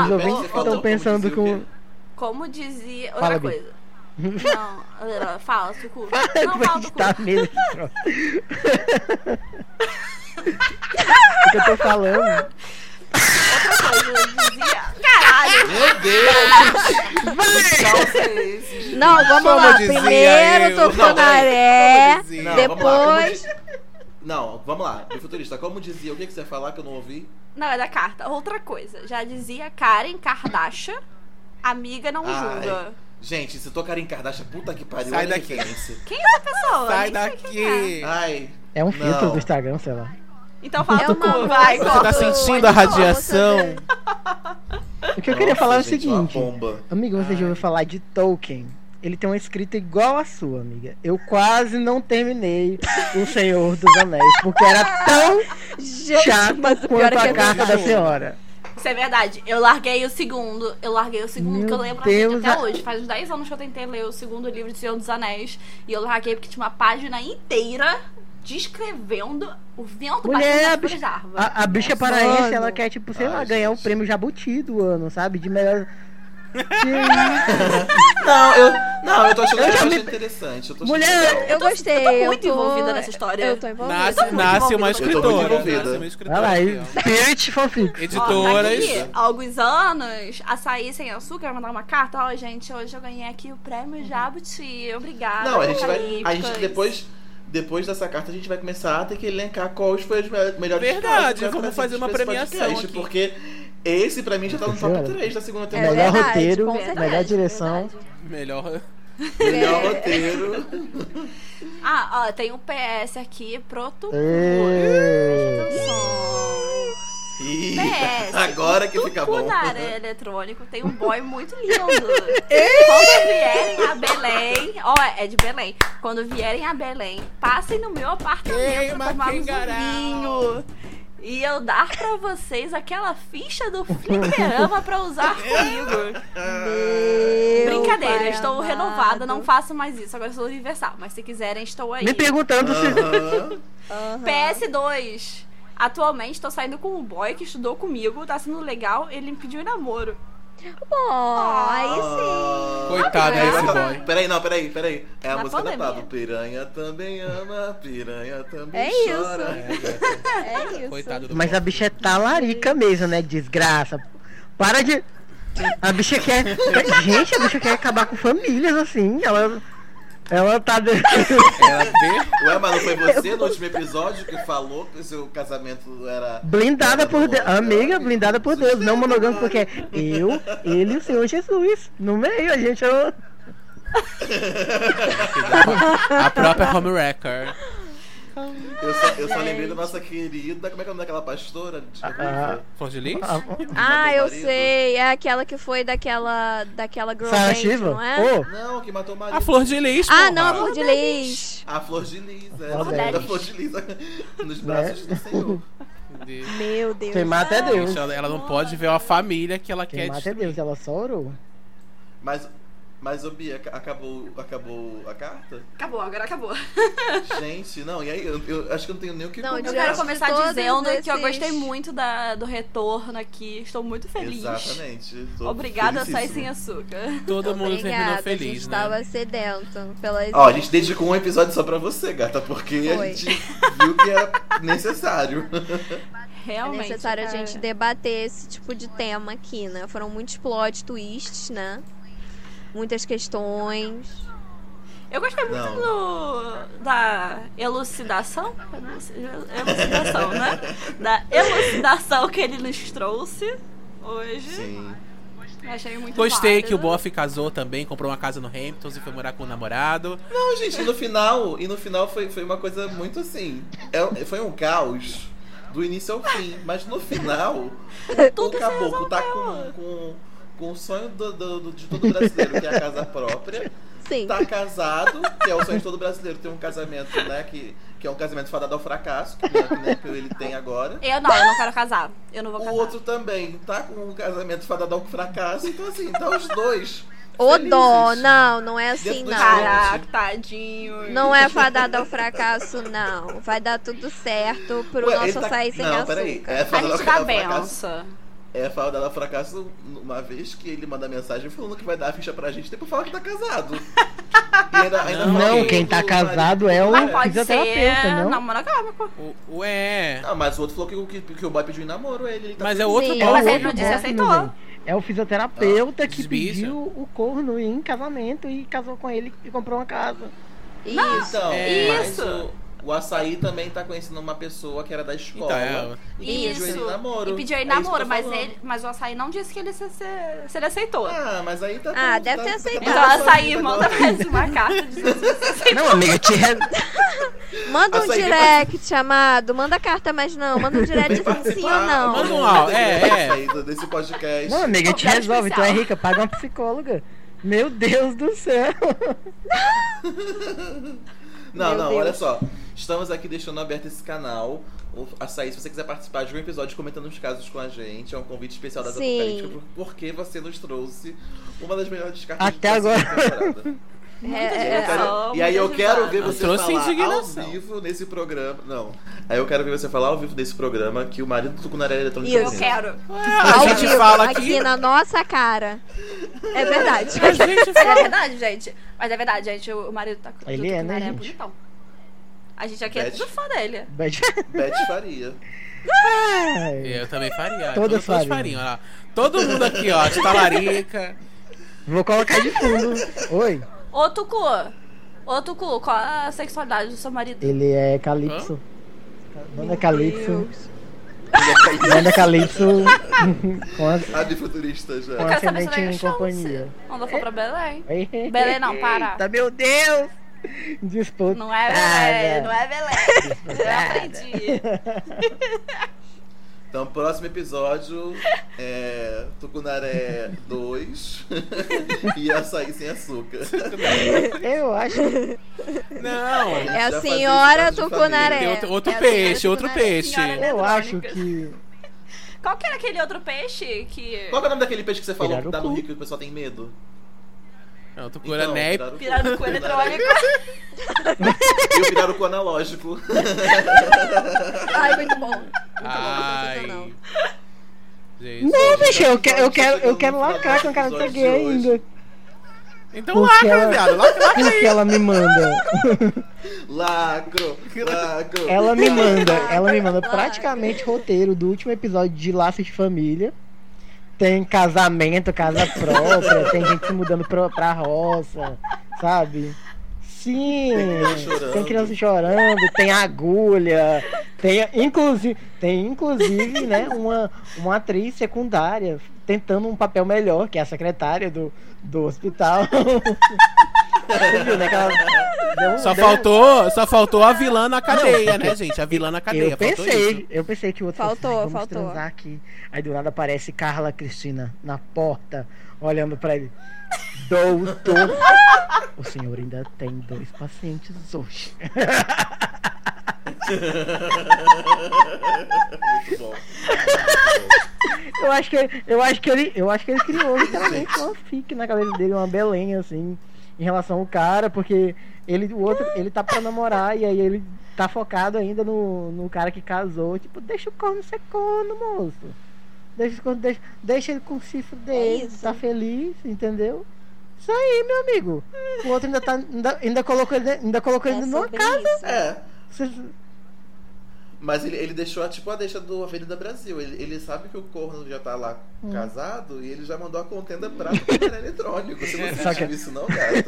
S5: Os
S1: peraí,
S5: ouvintes
S1: você
S3: o-
S1: falou
S5: estão
S1: como
S5: pensando
S1: dizia o
S5: com.
S1: quê?
S3: Como dizia. Outra
S5: Fala, Bi.
S3: coisa. Não, fala, Sucu. Não fala do cu.
S5: Tá mesmo. O que eu tô falando?
S3: Outra coisa, dizia. Caralho!
S1: Meu Deus! Que calça é esse?
S4: Não, vamos
S2: Como
S4: lá.
S2: dizia
S4: Primeiro
S2: eu.
S4: tô
S1: Não,
S3: É,
S4: Naré.
S2: Como dizia.
S1: Não, vamos lá, como
S4: Depois.
S1: diz- Não, vamos lá. Meu futurista, como dizia, o que, que você ia falar que eu não ouvi?
S3: Não, é da carta. Outra coisa, já dizia Karen Kardashian, amiga não
S1: Ai.
S3: julga.
S1: Gente, se tocar em Kardashian, puta que pariu.
S2: Sai
S1: olha a
S2: daqui.
S1: referência.
S3: Quem é essa pessoa?
S2: Sai
S3: Nem sei quem é.
S2: daqui.
S1: Ai,
S5: É um filtro
S1: Não.
S5: do Instagram, sei lá.
S3: Então fala
S4: É
S3: do
S4: uma
S3: cu, vai,
S4: moça
S2: Você tá
S3: corta.
S2: sentindo a radiação?
S5: O que eu queria
S1: nossa,
S5: falar é o
S1: gente, uma
S5: seguinte.
S1: bomba.
S5: Amiga, você já ouviu falar de Tolkien? Ele tem uma escrita igual à sua, amiga. Eu quase não terminei O Senhor dos Anéis, porque era tão
S4: Gente, mas
S5: chato
S4: o pior
S5: quanto
S4: é
S5: a
S4: que é
S5: carta da
S4: verdade.
S5: senhora.
S3: Isso é verdade. Eu larguei o segundo. Eu larguei o segundo,
S5: Meu
S3: que eu lembro
S5: Deus,
S3: gente, até
S5: a-
S3: hoje. Faz uns 10 anos que eu tentei ler o segundo livro de Senhor dos Anéis. E eu larguei porque tinha uma página inteira descrevendo o vento
S5: Mulher, a
S3: batendo nas
S5: bicha-
S3: folhas da
S1: Ah,
S3: árvore.
S5: A, a bicha paraense,
S4: Mano.
S5: ela quer, tipo, sei
S1: Ai,
S5: lá, ganhar o
S1: gente.
S5: prêmio Jabuti do ano, sabe? De melhor. Que-
S1: Não, eu. Não, eu tô achando,
S5: Eu
S1: eu tô
S5: já
S1: achando
S5: me-
S1: interessante. Eu tô achando
S5: Mulher,
S1: legal.
S4: Eu gostei.
S3: eu tô muito
S4: eu
S3: envolvida nessa história.
S4: Eu tô envolvida.
S2: Nasce, nasce uma
S3: Eu tô muito
S2: escritora.
S1: envolvida.
S2: Nasce uma escritora.
S5: Vai lá, e
S2: aqui, ó.
S5: Spirit Fanfic.
S3: Ó,
S2: Editoras.
S3: daqui
S4: tá
S3: a alguns anos, açaí sem açúcar, mandar uma carta. Ó, gente, hoje eu ganhei aqui o
S5: Uhum.
S3: prêmio Jabuti. Obrigada.
S1: Não, a gente vai. A
S3: Apocalipse.
S1: gente depois. Depois dessa carta, a gente vai começar a ter que elencar quais foi os me- melhores
S2: Verdade,
S1: casos pra- pra
S2: vamos
S1: gente
S2: fazer uma
S1: pra esse
S2: premiação
S1: podcast,
S2: aqui.
S1: Porque esse pra mim já tá no top
S5: Jura?
S1: 3 da segunda
S4: É
S1: temporada.
S5: Melhor
S4: verdade,
S5: roteiro,
S4: com
S3: é
S5: melhor
S4: certeza, é
S5: direção.
S4: verdade.
S2: Melhor.
S1: Melhor roteiro.
S3: Ah, ó, tem um PS aqui pro Tucu.
S5: Ê.
S3: Atenção.
S1: Ih,
S3: PS.
S1: agora que
S3: Tucu
S1: fica bom.
S3: na área eletrônico tem um boy muito lindo. Quando vierem a Belém, ó, é de Belém. Quando vierem a Belém, passem no meu
S2: Ei,
S3: apartamento pra tomar um
S2: Maquingarau.
S3: vinho. E eu dar pra vocês aquela ficha do fliperama pra usar comigo.
S4: Meu
S3: Brincadeira,
S4: pai
S3: eu estou
S4: amado.
S3: renovada, não faço mais isso. Agora eu sou universal, mas se quiserem, estou aí.
S5: Me perguntando se.
S1: Aham.
S4: Aham.
S3: PS2. Atualmente tô saindo com um boy que estudou comigo, tá sendo legal, ele me pediu em namoro.
S4: Ó, aí sim.
S2: Coitado
S3: Ah,
S2: desse
S3: mas-
S2: boy.
S1: Peraí, não, peraí, peraí. É a
S3: Na
S1: música da
S3: pandemia.
S1: Pablo. Piranha também ama, piranha também
S4: É isso.
S1: chora.
S4: É isso.
S2: Coitado do
S5: Mas
S2: boy.
S5: a bicha é talarica mesmo, né? Desgraça. Para de. A bicha quer. Gente, a bicha quer acabar com famílias assim. Ela. Ela tá. de-
S2: Ela vê.
S1: Ué, mas não foi você no último episódio que falou que o seu casamento era.
S5: blindada
S1: era
S5: por Deus.
S1: monogâmico?
S5: Amiga, blindada por Deus. Não monogâmico, porque é eu, ele e o Senhor Jesus. No meio, a gente. é-
S2: A própria Home Wrecker.
S1: Eu só, eu só lembrei da nossa querida. Como é que é o nome daquela pastora? De-
S5: Ah.
S2: Fongelis?
S4: Ah,
S1: Matou o
S4: eu
S1: marido.
S4: sei. É aquela que foi daquela. daquela girl
S5: Sarah
S4: band,
S5: Shiva?
S4: não é?
S5: Ô,
S1: Não, que matou o marido.
S2: A Flor de Lis.
S4: Ah,
S2: porra.
S4: não, a Flor de Lis.
S1: A flor de lisa. É,
S5: Flor de Né?
S1: a
S3: Lis.
S1: flor de lisa. Nos braços do Senhor.
S2: Gente,
S4: Meu Deus.
S5: Quem mata é Deus.
S2: Ela, ela não pode ver uma família que ela
S5: Quem
S2: quer
S5: mata é Deus, ela só orou.
S1: Mas. Mas, ô Bia, ac- acabou, acabou a carta?
S3: Acabou, agora acabou.
S1: Gente, não, e aí? Eu, eu acho que eu não tenho nem o que
S4: Não,
S1: comentar.
S3: Eu
S4: Eu
S3: quero
S4: acho que
S3: começar
S4: todos
S3: dizendo que eu
S4: esses-
S3: gostei muito da- do retorno aqui, estou muito feliz.
S1: Exatamente. Tô
S3: Obrigada, Sai
S1: felicíssimo.
S3: Sem Açúcar.
S2: Todo mundo terminou
S4: Obrigada, a
S2: feliz,
S4: gente
S2: né?
S4: tava sedento pelas.
S1: Ó, a gente dedicou um episódio só pra você, gata, porque a
S4: Foi.
S1: gente viu que era necessário.
S4: É
S3: Realmente.
S4: necessário
S3: cara.
S4: a gente debater esse tipo de tema aqui, né? Foram muitos plot twists, né? Muitas questões.
S3: Eu gostei muito
S1: Não.
S3: do, da elucidação. Eluci- Elucidação, né? Da elucidação que ele nos trouxe hoje.
S1: Sim.
S3: Achei muito
S2: Gostei que o
S3: válido.
S2: Boff casou também, comprou uma casa no Hamptons e foi morar com o namorado.
S1: Não, gente, e no final, e no final foi, foi uma coisa muito assim. é- foi um caos do início ao fim. Mas no final, o
S3: Tudo se
S1: caboclo tá com, com, com o sonho do- do- do- de todo brasileiro, que é a casa própria.
S4: Sim.
S1: tá casado, que é o sonho de todo brasileiro, ter um casamento, né? Que, que é um casamento fadado ao fracasso, que, né, que, né, que ele tem agora.
S3: Eu não, eu não quero casar. Eu não vou
S1: O
S3: casar.
S1: outro também tá com um casamento fadado ao fracasso, então assim, tá os dois.
S4: Ô
S1: felizes.
S4: dó, não, não é assim
S1: Dentro do
S4: não.
S1: caralho.
S3: Caraca, tadinho.
S4: Não é fadada ao fracasso, não. Vai dar tudo certo pro
S1: Ué, ele
S4: nosso
S1: tá...
S4: açaí sem
S1: Não,
S4: açúcar.
S1: peraí. É
S3: A
S1: fadado
S3: gente tá dá
S1: ao fracasso.
S3: benção.
S1: É fadado ao fracasso uma vez que ele manda mensagem falando que vai dar a ficha pra gente, depois fala que tá casado. E ainda- ainda
S2: Não,
S1: fala
S5: Não,
S1: que
S5: quem
S1: o
S5: tá
S1: marido-
S5: casado é o
S3: Mas pode
S5: fisioterapeuta,
S3: ser
S5: não?
S3: namoragâmico.
S2: O, ué.
S1: Ah, mas o outro falou que, que, que o boy pediu em namoro ele. ele tá
S2: Mas é outro
S4: Sim,
S2: Boff.
S3: mas
S5: o
S3: ele
S5: outro
S3: não disse,
S5: bofe,
S3: aceitou.
S5: meu bem. É o fisioterapeuta que
S2: Desbicha.
S5: pediu o corno em casamento e casou com ele e comprou uma casa.
S4: Isso.
S1: Então,
S2: É.
S1: mas
S3: Isso.
S1: o, o açaí também tá conhecendo uma pessoa que era da escola.
S2: Então,
S1: e que
S3: Isso.
S1: pediu ele em namoro.
S3: E pediu
S1: É
S3: ele
S1: isso que eu tô
S3: namoro, mas,
S1: falando.
S3: ele, mas o açaí não disse que ele se, se- se ele aceitou.
S1: Ah, mas aí tá.
S4: Ah,
S1: tá-
S4: deve
S1: tá-
S4: ter
S1: tá
S4: aceitado.
S3: então
S1: acabando a
S3: o
S1: sua
S3: açaí
S1: vida
S3: manda
S1: agora.
S3: mais uma carta dizendo que você aceitou.
S5: Não, amiga, te re-
S4: Manda um
S1: Açaí vai-
S4: direct, amado. Manda carta, mas não. Manda um direct dizendo sim ou
S1: Ah,
S4: não.
S2: Manda um áudio, é, é.
S1: Saída desse podcast.
S5: Não, amiga, te
S3: Convidado
S5: resolve. Tu é
S3: especial.
S5: rica, paga uma psicóloga. Meu Deus do céu.
S1: não,
S4: Meu
S1: não,
S4: Deus.
S1: olha só. Estamos aqui deixando aberto esse canal. O Açaí, se você quiser participar de um episódio comentando os casos com a gente, é um convite especial da
S4: Sim.
S1: Apocalíptica, porque você nos trouxe uma das melhores cartas
S5: Até
S1: dessa
S5: agora.
S1: temporada.
S4: É, é,
S1: Cara,
S3: só
S1: e aí eu
S3: muitas
S1: quero
S3: risadas.
S1: ver você
S2: Trouxe
S1: falar
S2: indignação.
S1: ao vivo nesse programa. Não. Aí eu quero ver você falar ao vivo desse programa que o marido do é Tucunaré era eletrônico.
S4: Isso.
S3: Eu quero.
S2: a
S4: ao
S2: gente
S4: vivo,
S2: fala
S4: Ah, aqui
S2: aqui.
S4: na nossa cara. É verdade.
S2: A gente
S3: Mas é
S2: fala.
S3: verdade, gente. Mas é verdade, gente. O o marido tá com
S5: Ele
S3: do
S5: é, né,
S3: Tucunaré
S5: gente?
S3: bonitão. A gente aqui é
S1: Beth.
S3: tudo fã dele.
S1: Beth Faria.
S2: Eu também faria.
S5: Toda
S2: Todos todos
S5: farinha.
S2: fariam, olha lá. Todo mundo aqui, ó. De talarica.
S5: Vou colocar de fundo. Oi.
S3: Ô, Tucu. Ô, Tucu, qual a sexualidade do seu marido?
S5: Ele é Calypso. Manda Calypso.
S4: Deus.
S5: Manda Calypso. com as...
S1: A de futurista já.
S3: Eu quero saber se é
S5: ascendente
S3: vai
S5: em
S3: ganhar
S5: companhia.
S3: chance. Quando eu for pra Belém.
S5: Ei, ei,
S3: Belém não, Pará.
S6: Tá, meu Deus!
S5: Disputa.
S3: Não é Belém,
S5: Nada.
S3: não é Belém. Eu aprendi.
S1: Então, próximo episódio é Tucunaré 2 e açaí sem açúcar.
S3: é
S5: Eu acho.
S2: Não.
S4: É a
S1: Já fazia
S4: senhora
S1: cidade de
S2: Tem
S4: Tucunaré.
S2: outro, outro
S4: É a
S2: peixe,
S4: senhora
S2: outro
S4: Tucunaré.
S2: peixe.
S3: Senhora-
S5: Eu acho
S3: Eletrônica.
S5: que.
S3: Qual que era aquele outro peixe que...
S1: Qual que é o nome daquele peixe que você falou que tá no
S5: Pirarucu.
S1: Rio que o pessoal tem medo?
S2: Não, tu cura
S1: Então,
S2: né?
S1: pirarucu.
S3: Pirarucu eletrônico.
S1: E o pirarucu analógico.
S4: Ai, muito bom. um
S2: Ai.
S4: sensacional.
S2: Gente.
S5: Não, bicho, eu, que,
S1: Tá
S5: eu quero, eu
S1: chegando
S5: quero
S1: no final
S5: lacrar
S1: do
S5: com o cara que tá
S1: episódio
S5: gay
S1: de hoje.
S5: ainda.
S2: Então lá,
S5: Porque
S2: cara,
S5: ela,
S2: viado. Lá, lá.
S5: porque ela me manda.
S1: Lacro, lacro.
S5: Ela me manda. Ela me manda
S4: Vai.
S5: praticamente roteiro do último episódio de Laços de Família. Tem casamento, casa própria, tem gente se mudando pra, pra roça, sabe? Sim,
S1: criança chorando.
S5: tem criança chorando, tem agulha, tem inclusive, tem inclusive, né, uma, uma atriz secundária tentando um papel melhor, que é a secretária do, do hospital. Você viu, né, que ela deu um-
S2: Só
S5: deu um-
S2: faltou, só faltou a vilã na cadeia, né, gente? A vilã na cadeia.
S5: eu
S2: faltou
S5: pensei,
S2: isso.
S5: eu pensei que o outro
S4: Faltou,
S5: falou assim, "Ai, vamos
S4: faltou.
S5: transar aqui. Aí do nada aparece Carla Cristina na porta, olhando pra ele. Doutor, o senhor ainda tem dois pacientes hoje.
S1: Muito bom.
S5: Eu acho que eu acho que ele, eu acho que ele criou literalmente uma fic na cabeça dele, uma Belém assim, em relação ao cara, porque ele o outro, ele tá pra namorar e aí ele tá focado ainda no, no cara que casou, tipo, deixa o corno ser corno, moço. Deixa, o corno- deixa, deixa ele com o chifre dele,
S4: É isso.
S5: tá feliz, entendeu? Isso aí, meu amigo. O outro ainda tá ainda, ainda colocou ele, ainda colocou
S4: É
S5: ele numa
S4: sobre
S5: casa.
S4: isso.
S1: É,
S5: Vocês-
S1: mas ele, ele deixou tipo a deixa do Avenida Brasil. Ele, ele sabe que o corno já tá lá
S5: Hum.
S1: casado e ele já mandou a contenda pra Tucunaré eletrônico. Você não
S5: Só que-
S1: sentiu isso não, gata?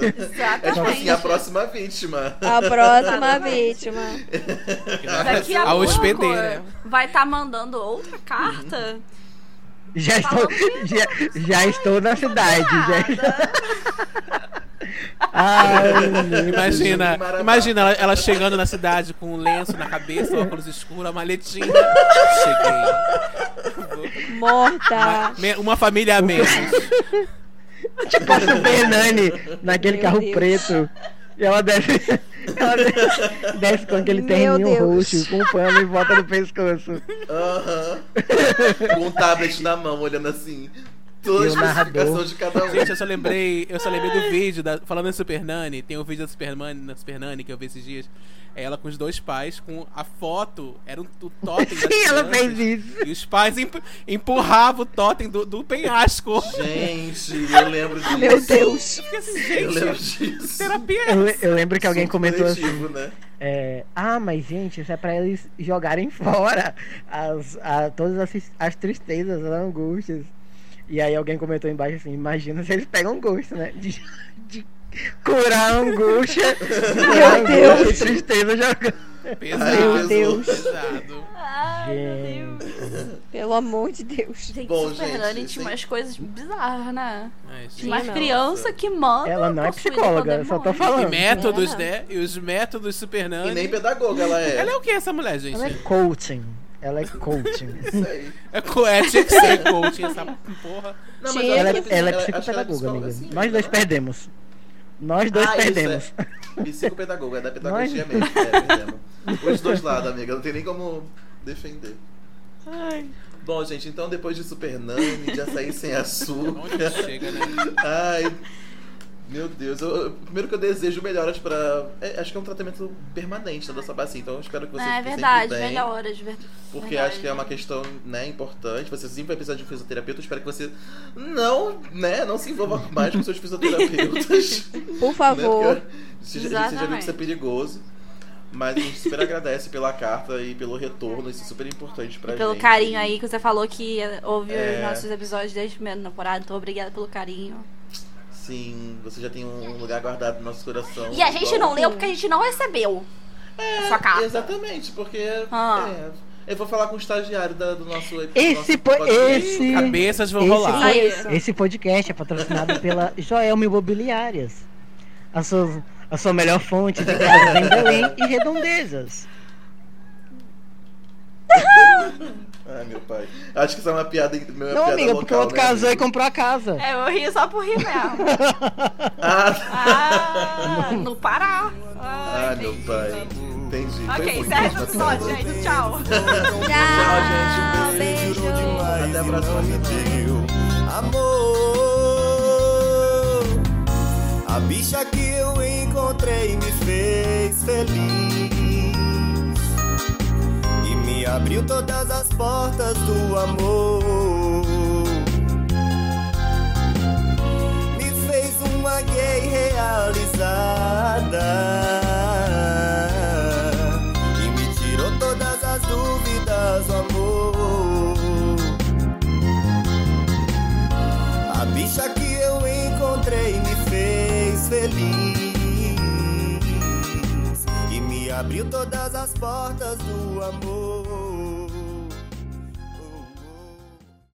S1: É tipo assim, a próxima vítima.
S4: A próxima vítima.
S3: Daqui a
S2: A
S3: pouco
S2: hospedeira.
S3: vai estar mandando outra carta.
S4: Tá
S5: Já estou, já, já estou na cidade. Já... Ai, meu
S2: Imagina,
S1: Maravá.
S2: imagina ela, ela chegando na cidade com um lenço na cabeça, óculos escuros, a maletinha. Cheguei.
S4: Morta.
S2: Me- Uma família a menos.
S5: Tipo a Bernani naquele
S4: Meu
S5: carro
S4: Deus.
S5: preto. E ela desce, ela desce, desce com aquele
S4: Meu
S5: terninho
S4: Deus.
S5: roxo, com um pano em volta do pescoço.
S1: Aham. Com um tablet na mão, olhando assim. Toda
S5: E
S1: a
S5: o
S1: especificação
S5: narrador.
S1: de cada um.
S2: Gente, eu só lembrei, eu só lembrei do vídeo da- falando em Super Nani, tem um vídeo da Super Nani, na Super Nani que eu vi esses dias. É Ela com os dois pais, com a foto, era um, o totem. das
S5: Sim, ela
S2: crianças,
S5: fez isso.
S2: E os pais emp- empurravam o totem do, do penhasco.
S1: Gente, eu lembro disso.
S4: Meu Deus.
S2: Porque assim,
S1: Eu lembro
S2: gente,
S1: disso.
S2: terapia é
S5: Eu, le- eu lembro que alguém
S1: Surto
S5: comentou assim.
S1: coletivo, né?
S5: É, ah, mas gente, isso é pra eles jogarem fora as, a, todas as, as tristezas, as angústias. E aí alguém comentou embaixo assim, imagina se eles pegam gosto, né? De, de curar a angústia, de curar a angústia e tristeza jogando.
S2: pesado.
S1: Meu
S4: Deus.
S2: Pesado.
S3: Ai, meu Deus.
S4: Pelo amor de Deus.
S3: Gente,
S1: Bom,
S3: Super
S1: gente,
S3: Nani tinha
S1: sim.
S3: umas coisas bizarras, né?
S2: Ai, gente.
S3: Tinha umas
S4: não.
S3: criança que manda.
S5: Ela não é
S3: possuída
S5: psicóloga,
S3: pelo
S5: só tô
S3: demônio.
S5: falando.
S2: E métodos,
S3: Era.
S2: né? E os métodos Super
S1: E
S2: Nani.
S1: nem pedagoga ela é.
S2: Ela é o que essa mulher, gente?
S5: Ela é coaching. Ela é coaching.
S1: Isso aí.
S2: É coética que ser coaching essa porra.
S1: Não, mas
S4: Tinha
S1: eu
S5: Ela,
S1: acho que
S5: ela é
S1: acho que ela
S5: psicopedagoga,
S1: psicóloga,
S5: amiga.
S1: sim,
S5: Nós dois
S1: né?
S5: perdemos. Nós dois
S1: Ah, isso,
S5: perdemos.
S1: é. Psicopedagoga, é da pedagogia
S5: Nós-
S1: mesmo. É, perdemos. Os dois lados, amiga. Não tem nem como defender. Bom, gente, então depois de Super Nani, de açaí sem açúcar.
S2: Onde chega, né?
S1: Ai. Meu Deus, eu- eu- primeiro que eu desejo melhoras pra. é, acho que é um tratamento permanente da nossa bacia, então eu espero que você
S3: é
S1: fique
S3: verdade,
S1: sempre bem.
S3: melhoras, verdade.
S1: Porque
S3: verdade.
S1: acho que é uma questão, né, importante. Você sempre vai precisar de um fisioterapeuta. Eu espero que você não, né, não se envolva mais com seus fisioterapeutas. né,
S4: Por favor.
S1: porque Você já, a gente já viu que isso é
S3: Exatamente.
S1: perigoso. Mas a gente super agradece pela carta e pelo retorno. Isso é super importante pra
S3: Pelo
S1: gente.
S3: carinho aí que você falou que ouve
S1: É.
S3: os nossos episódios desde a primeira temporada, então obrigada pelo carinho.
S1: Sim, você já tem um lugar guardado no nosso coração.
S3: E a gente
S1: Igual- É,
S3: não leu porque a gente não recebeu a sua carta.
S1: Exatamente, porque.
S3: Ah.
S1: é, eu vou falar com o estagiário da- do nosso episódio.
S5: Esse, po esse,
S2: Cabeças vão
S5: Esse-
S2: rolar.
S3: Aí,
S5: esse podcast é patrocinado pela Joelma Imobiliárias. A sua, a sua melhor fonte de casas em Belém e redondezas.
S1: Ai, meu pai. Acho que isso é uma piada. Uma
S5: Não,
S1: piada
S5: amiga, porque o
S1: local,
S5: outro
S1: né,
S5: casou e
S1: amigo?
S5: comprou a casa.
S3: É, eu ri só por rir mesmo.
S1: Ah,
S3: Ah, no Pará. Ah,
S1: ah, meu pai. Entendi. Foi
S3: ok,
S1: muito
S3: certo
S1: bacana.
S3: episódio, gente. Tchau.
S4: Tchau, beijo.
S1: Até a próxima semana.
S6: Amor, a bicha que eu encontrei me fez feliz e me abriu todas as portas do amor. Me fez uma gay realizada e me tirou todas as dúvidas do amor. A bicha que eu encontrei me fez feliz e me abriu todas as portas do amor.